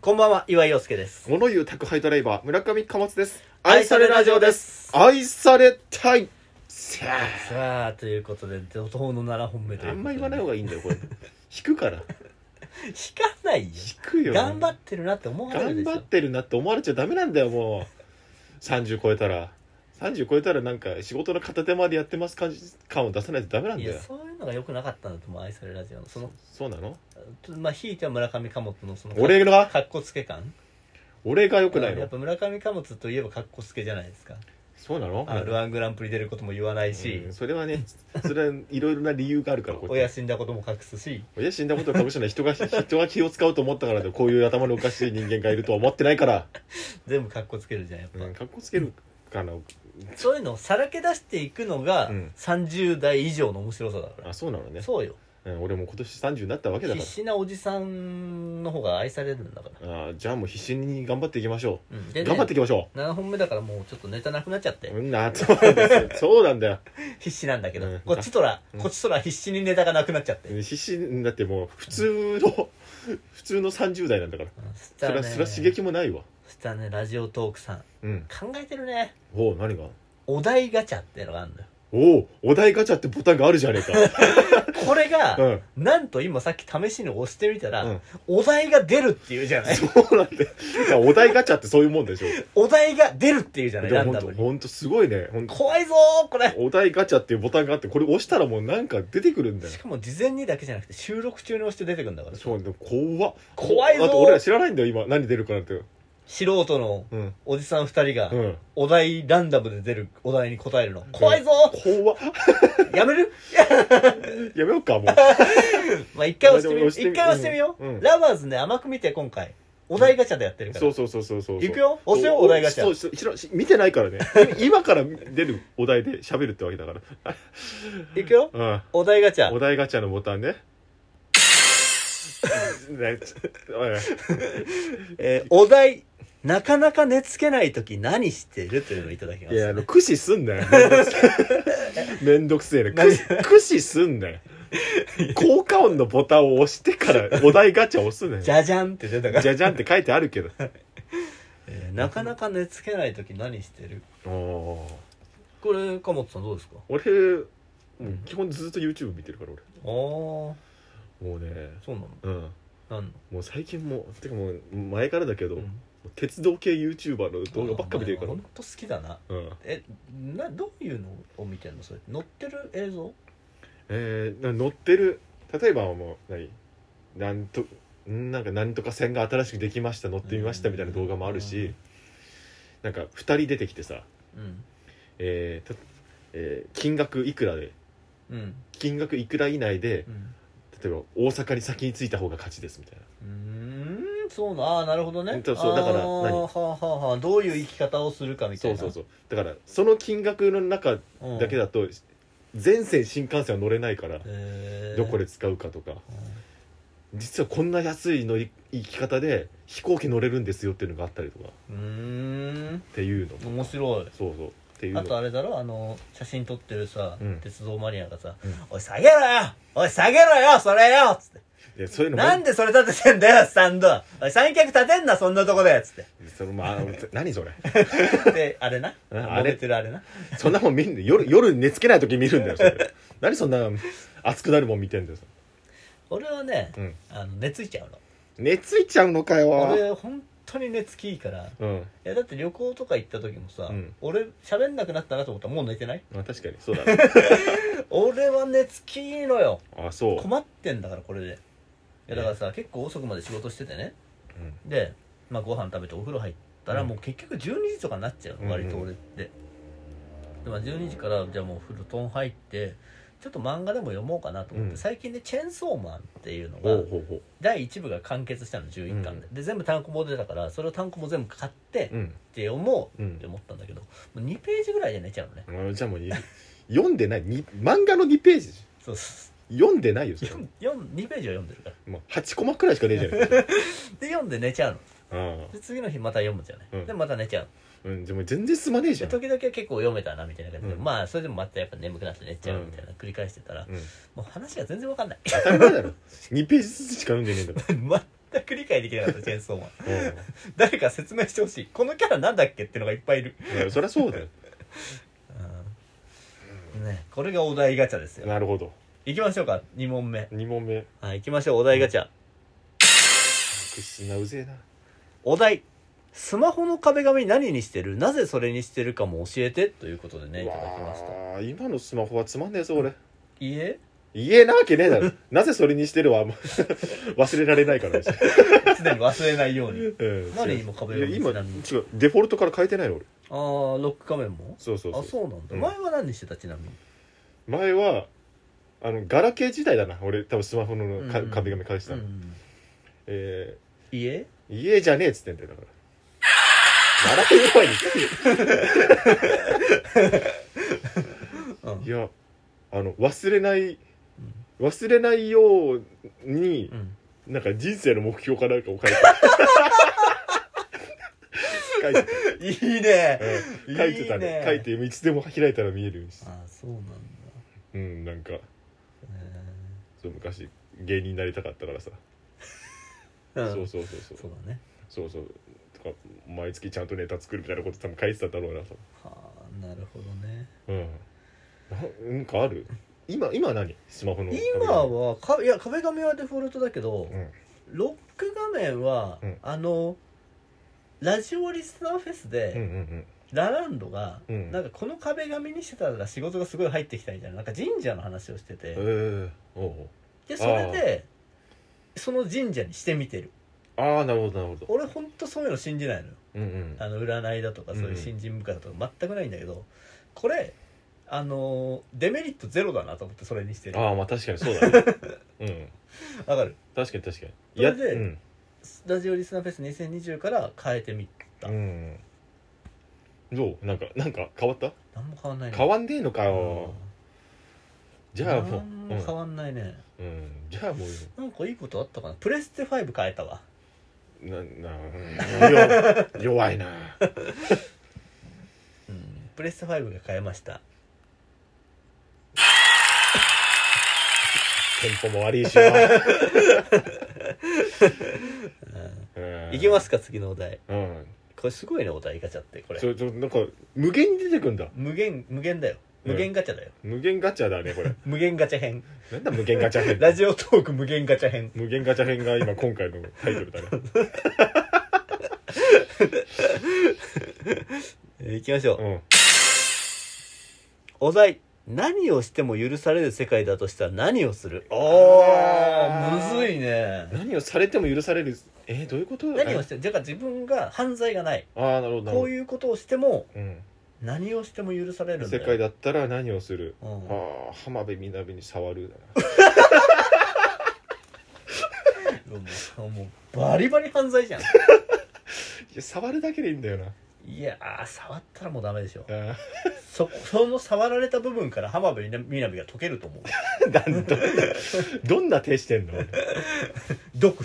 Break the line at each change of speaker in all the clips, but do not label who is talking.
こんばんは、岩井陽介です。
物言う宅配ドライバー村上貨物です
愛されラジオです
愛されたいさあ
さあ、ということで、怒涛の7本目ということで。
あんま言わない
よ。
方がいいんだよこれ 引くから
引かないよ。
引くよ
頑張ってるなって思われる
頑
でし
張っ
ょ。
てるなって思われちゃダメなんだよもう30超えたら30超えたらなんか仕事の片手間でやってます感じ感を出さないとダメなん
い
だよ
や、そういうのが良くなかったんだと思う、愛されラジオの。その、
そうなの
まあ、ひいては村上貨物のその、
俺が
かっこつけ感。
俺が良くない
うんやっ
の
ぱ村上貨物といえばかっこつけじゃないですか。
そうなの
R1 グランプリ出ることも言わないし
うん、それはねそれはいろいろな理由があるからこうや
親
って
死んだことも隠すし、
親死んだことをかぶしない人が人が気を使うと思ったからでこういう頭のおかしい人間がいるとは思ってないから
全部かっこつけるじゃん、やっぱ。
うん、かっこつけるかな、
そういうのをさらけ出していくのが
うん、
30代以上の面白さだから。
あそうなのね
そうよ。
うん、俺も今年30になったわけだか
必死なおじさんの方が愛されるんだから
らあじゃあもう必死に頑張っていきましょ
うん
う
でね
頑張っていきましょ
7本目だからもうちょっとネタなくなっちゃって、
ううんなそうなんですよそうなんだよ
必死なんだけど、
うん
こっちとら、
うん
こっちとら必死にネタがなくなっちゃって、
うん必死だってもう普通の普通の30代なんだから
うんそし
そ
た
れ
ら
は
ね
それは刺激もないわ
そしたらねラジオトークさん
うん
考えてるね
おお何が
お題ガチャってのがある んだよ
おおお題ガチャってボタンがあるじゃねえ
これが、
かうん
なんと今さっき試しに押してみたら、
うん
お題が出るっていうじゃない
そうなんだよいやお題ガチャってそういうもんでしょ
お題が出るっていうじゃない
で
ラン
も
ダ
ほ
ム
んと
に
ほんとすごいねほんと
怖いぞーこれ
お題ガチャっていうボタンがあってこれ押したらもうなんか出てくるんだよ
しかも事前にだけじゃなくて収録中に押して出てくるんだから
そうでも怖っ
怖いぞー
だって俺ら知らないんだよ今何出るかなんて
素人の
うん
おじさん二人が、
うん
お題ランダムで出るお題に答えるの怖いぞ
怖っ
やめる
やめようかもう
まあ一回押してみよう
まあでも押してみ
一回押してみよう、
うんうん
ラバーズね甘く見て今回お題ガチャでやってるから、
そうそうそうそうそう
いくよ押せよお題ガチャ
そうそう知らし見てないからね 今から出るお題で喋るってわけだか
いくよ
ら
お題ガチ
うんお
ャ
題ガチャのボタンねねちおいおい
えーお題なかなか寝つけない時何してるというのをいただきま
いやあ
す
の駆使すんなよ めんどくせえな駆使駆使すんなよ効果音のボタンを押してからお題ガチャ押すなよ
じゃじゃんって出たから、
じゃじゃんって書いてある けど
えーなかなか寝つけない時何してる
おー
これ貨物さんどうですか
俺もう基本ずっと YouTube 見てるから
ああそ
俺もうね
うなの
うん
なんの
もう最近もてかもう前からだけど、
うん
鉄道系 YouTuber の動画ばっか見てるから
ほんと好きだな
うん、
えなどういうのを見てんのそれ乗ってる映像
えー、な乗ってる例えばもう何なんとんなんかなんとか線が新しくできました乗ってみましたみたいな動画もあるし、
うん
なんか2人出てきてさ、
うん
えーたえー金額いくらで
うん
金額いくら以内で
うん
例えば大阪に先に着いた方が勝ちですみたいな
うーんそうなあーなるほどね
そうそうだから
あー
何
はあはあはあどういう生き方をするかみたい
そう
な
そうそうだからその金額の中
う、ん、
だけだと全線新幹線は乗れないから
へー
どこで使うかとか
うん
実はこんな安い乗り行き方で飛行機乗れるんですよっていうのがあったりとか
うーん
っていうの
面白い
そうそうっていう
あと
の
あれだろあの写真撮ってるさ、
うん
鉄道マニアがさ、
うん
おい下げろよおい下げろよそれよ!」つって
いやそういう
「
の
なんでそれ立ててんだよスタンドおい三脚立てんなそんなとこで!」つ って
そのまああの何それ
であれな
うん
あ
あれ
れてるあれな
そんなもん見んで夜夜寝つけない時見るんだよそれ何そんな熱くなるもん見てんだよ
俺はね、
うん
あの寝ついちゃうの
寝ついちゃうのかよ
俺本当に寝つきいいからい
うん
やだって旅行とか行った時もさ、
うん
俺喋んなくなったなと思ったらもう寝てない
まあ確かにそうだね
俺は寝つきいいのよ
あそう
困ってんだからこれでいやだからさ、結構遅くまで仕事しててね
うん
で、まあ、ご飯食べてお風呂入ったら、
うん
もう結局12時とかになっちゃう
うん
の
うん
割と俺って、でまあ、12時からじゃあもう布団入ってちょっと漫画でも読もうかなと思って、
うん
最近ね「チェーンソーマン」っていうの
ほ
が
うほうほう
第1部が完結したの11巻で,、で全部単行本出たからそれを単行本全部買って、
う
っ
ん
て読もう
う
って
ん
思ったんだけどもう2ページぐらいで寝ちゃうのね
あじゃあもうに読んでないに漫画の2ページ
そうそう
読んでないよそれ
2ページは読んでるから
もう8コマくらいしかねえじゃないですか
で読んで寝ちゃうの
あ
で次の日また読むじゃない、
うん
でまた寝ちゃう
あうんじゃあもう全然進まねえじ
で
ゃんうん
時々は結構読めたなみたいな感じで、
うん
まあそれでもまたやっぱ眠くなって寝ちゃうみたいな、繰り返してたらもう話が全然わかんない
当たり前だろ2ページずつしか読んでねえんだから
全く理理解できなかったチェーンソーマン
うん
誰か説明してほしいこのキャラなんだっけってのがいっぱいいる、
いやそりゃそうだよ
うんね、これがお題ガチャですよ
なるほど
行きましょうか2問目
2問目
はい行きましょうお題ガチャ
クシナうぜえな
お題スマホの壁紙何にしてるなぜそれにしてるかも教えてということでねいただきました
わあ今のスマホはつまんねえぞ俺
いいえ
言えなわけねえだろなぜそれにしてるわもう忘れられないから私
常に忘れないよう に
うん
何今壁
いや
紙
今
ちなみに
違うデフォルトから変えてないの
あ
俺
あロック仮面も
そうそうそ
あ
う
そうなんだ、
うん
前は何にしてたちなみに
前はあのガラケー時代だな俺多分スマホのか
うんうん
壁紙返した
う
の、
ん
え
いいえ
ー家じゃねえっつってんだよだからガラケーの前に
うん
いやあの忘れない
うん
忘れないように
う、ん
なんか人生の目標かなんかを書いて 書いて
いいね
た、うん書いてたね
いいね
書いていつでも開いたら見えるようにして
ああそうなんだ、
うんなんか
え
そう昔芸人になりたかったからさ、
ー
そううんそうそうそう
そうだね
そうそうとか毎月ちゃんとネタ作るみたいなこと多分書いてたんだろうなと
はあなるほどね
うんななんかある今今何スマホの
今はかいや壁紙はデフォルトだけど、
うん
ロック画面は、
うん
あのラジオリスナーフェスで、
うんうん
ラランドが、
うん
なんかこの壁紙にしてたら仕事がすごい入ってきたみたいななんか神社の話をしてて、
うんええおうおう
でそれでその神社にしてみてる
ああなるほどなるほど
俺ほんとそういうの信じないのよ
うんうん
あの占いだとかそういう新人部下だとか全くないんだけど、これあのーデメリットゼロだなと思ってそれにしてるわ
ああまあ確かにそうだ ねうん
かる
確かに確かに
それで
うん
ラジオリスナーフェス2020から変えてみた、
うんどうなんかなんか変わった
何も変わんないね
変わんねえのか
うん
よじゃあもう
何も変わんないね、
うんうんじゃあもう
なんかいいことあったかなプレステ5変えたわ
ななうんよ弱いな
うんプレステ5が変えました
テンポも悪 いしなうん
いきますか次のお題
うん
これすごいねお題ガチャってこれ
それちょなんか無限に出てくんだ
無限無限だよ無限ガチャだよ、
無限ガチャだねこれ
無限ガチャ編
なんだ無限ガチャ 編
ラジオトーク無限ガチャ編
無限ガチャ編が今今回のタイトルだ ね
えーいきましょう、
うん
お題何をしても許される世界だとしたら何をするお
あー
むずいね
何をされても許されるえー、どういうこと
何をしてだから自分が犯罪がない
ああなるほど
こ
なるほど
ういうことをしても
うん
何をしても許されるんだ
世
よ
界だったら何をする、
うん
ああ浜辺美波に触る
もうもうバリバリ犯罪じゃん
いや触るだけでいいんだよない
やー触ったらもうダメでしょ
あ
そその触られた部分から浜辺美波が溶けると思う
ー なんとどんな手してんの
読手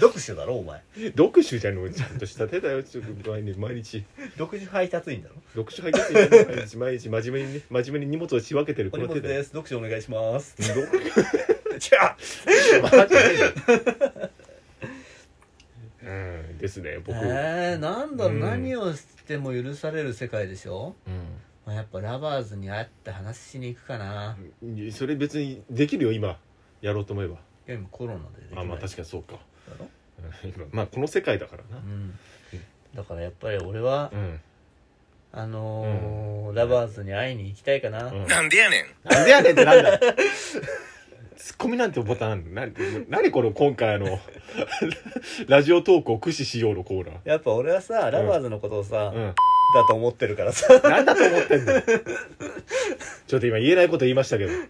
読手だろお前
読書じゃんのちゃんとした手だよちょっと毎日毎日
読手配達員だろ
読書配達員だよ毎日毎日真面目にね真面目に荷物を仕分けてる
お
こ
荷
の
物
手だ
で
よ
す読手お願いします
ど
じゃあ
マジでうんですね僕、
えー、なんだろう、
うん
何をしても許される世界でしょ、
う
まあ、やっぱラバーズに会って話しに行くかな、い
ん、それ別にできるよ今やろうと思えば
や今コロナででき
ま
な
あ
い
まあ確かにそうか
だろ、
うん今まあこの世界だから
う、
なん
だからやっぱり俺は、
うん、
あのーラバーズに会いに行きたいかな、
うん、
なんでやねん
なんでやねんってなん だよツッコミなんてボタンあるのな何この今回のラジオトークを駆使しようのコーナー
やっぱ俺はさラバーズのことをさ、
うん
だと思ってるからさ、
なんだと思ってんのちょっと今言えないこと言いましたけど
うん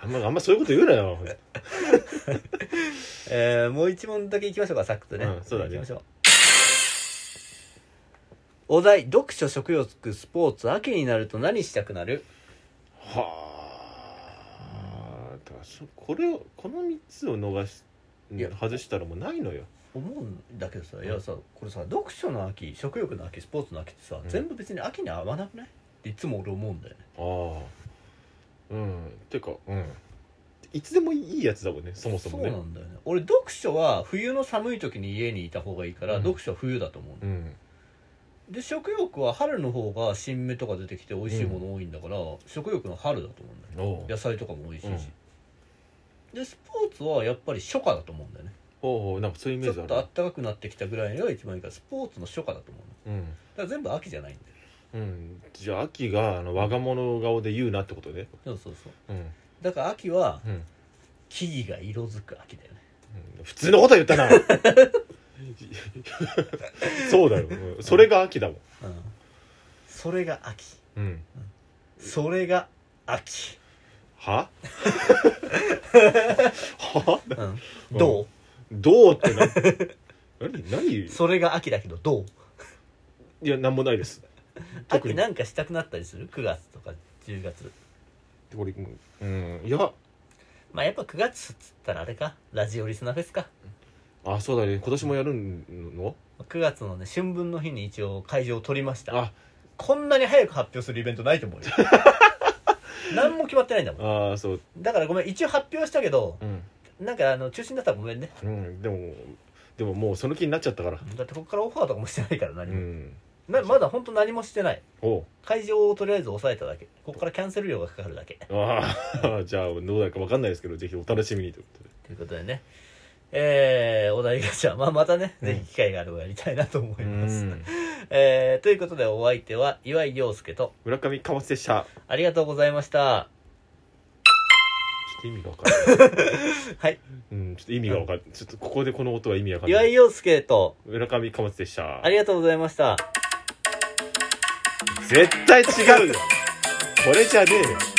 あんまあんまそういうこと言うなよ
えーもう一問だけいきましょうかサクッとね、
うんそうだね
行きましょうお題読書食欲スポーツ秋になると何したくなる
はあだからそこれをこの3つを逃し
いや
外したらもうないのよ
思うんだけどさいやさこれさ読書の秋食欲の秋スポーツの秋ってさ、
うん
全部別に秋に合わなくないっていつも俺思うんだよね
ああうんてかうんいつでもいいやつだもんねそもそも
そ
ね
うなんだよね俺読書は冬の寒い時に家にいた方がいいから、
うん
読書は冬だと思うの、
うん
で食欲は春の方が新芽とか出てきて美味しいもの多いんだから、食欲の春だと思うんだよ
おう
野菜とかも美味しいし、でスポーツはやっぱり初夏だと思うんだよね
おうなんかそういうイメ
ちょ
ー
っ
ジある
と暖かくなってきたぐらいが一番いいからスポーツの初夏だと思うの
うん、
だから全部秋じゃないんだよ
うん、じゃあ秋があの我が物顔で言うなってことね
そうそうそう
うん、
だから秋は
うん
木々が色づく秋だよね
うん普通のこと言ったな そうだよ、うんそれが秋だもん
うんそれが秋
うん
それが秋、
は は
うん、
うん
どう、
どうってな何何い
それが秋だけどどう
や何もないです
秋
特に
なんかしたくなったりする9月とか10月
これもううんいや
まあやっぱ9月っつったらあれかラジオリスナーフェスか
あそうだね今年もやるの
9月のね春分の日に一応会場を取りました
あ
こんなに早く発表するイベントないと 思うよ何も決まってないんだもん
ああそう
だからごめん一応発表したけど
うん、
なんかあの中止になったらごめんね
うん、でもでももうその気になっちゃったから
だってここからオファーとかもしてないから
う
何も、
ん
ままだ本当何もしてない
おう
会場をとりあえず抑えただけここからキャンセル料がかかるだけ
ああじゃあどうなるか分かんないですけどぜひお楽しみにということで
ということでねえー、お題ガチャ、まあ、またね、
うん
ぜひ機会があればやりたいなと思います、
うん
えー、ということでお相手は岩井陽介と
村上貨物でした
ありがとうございました
ちょっと意味が分かんない、
はい
うん、ちょっと意味が分かんないちょっとここでこの音は意味わかんな
岩
い
井陽介と
村上貨物でした
ありがとうございました
絶対違うよこれじゃねえよ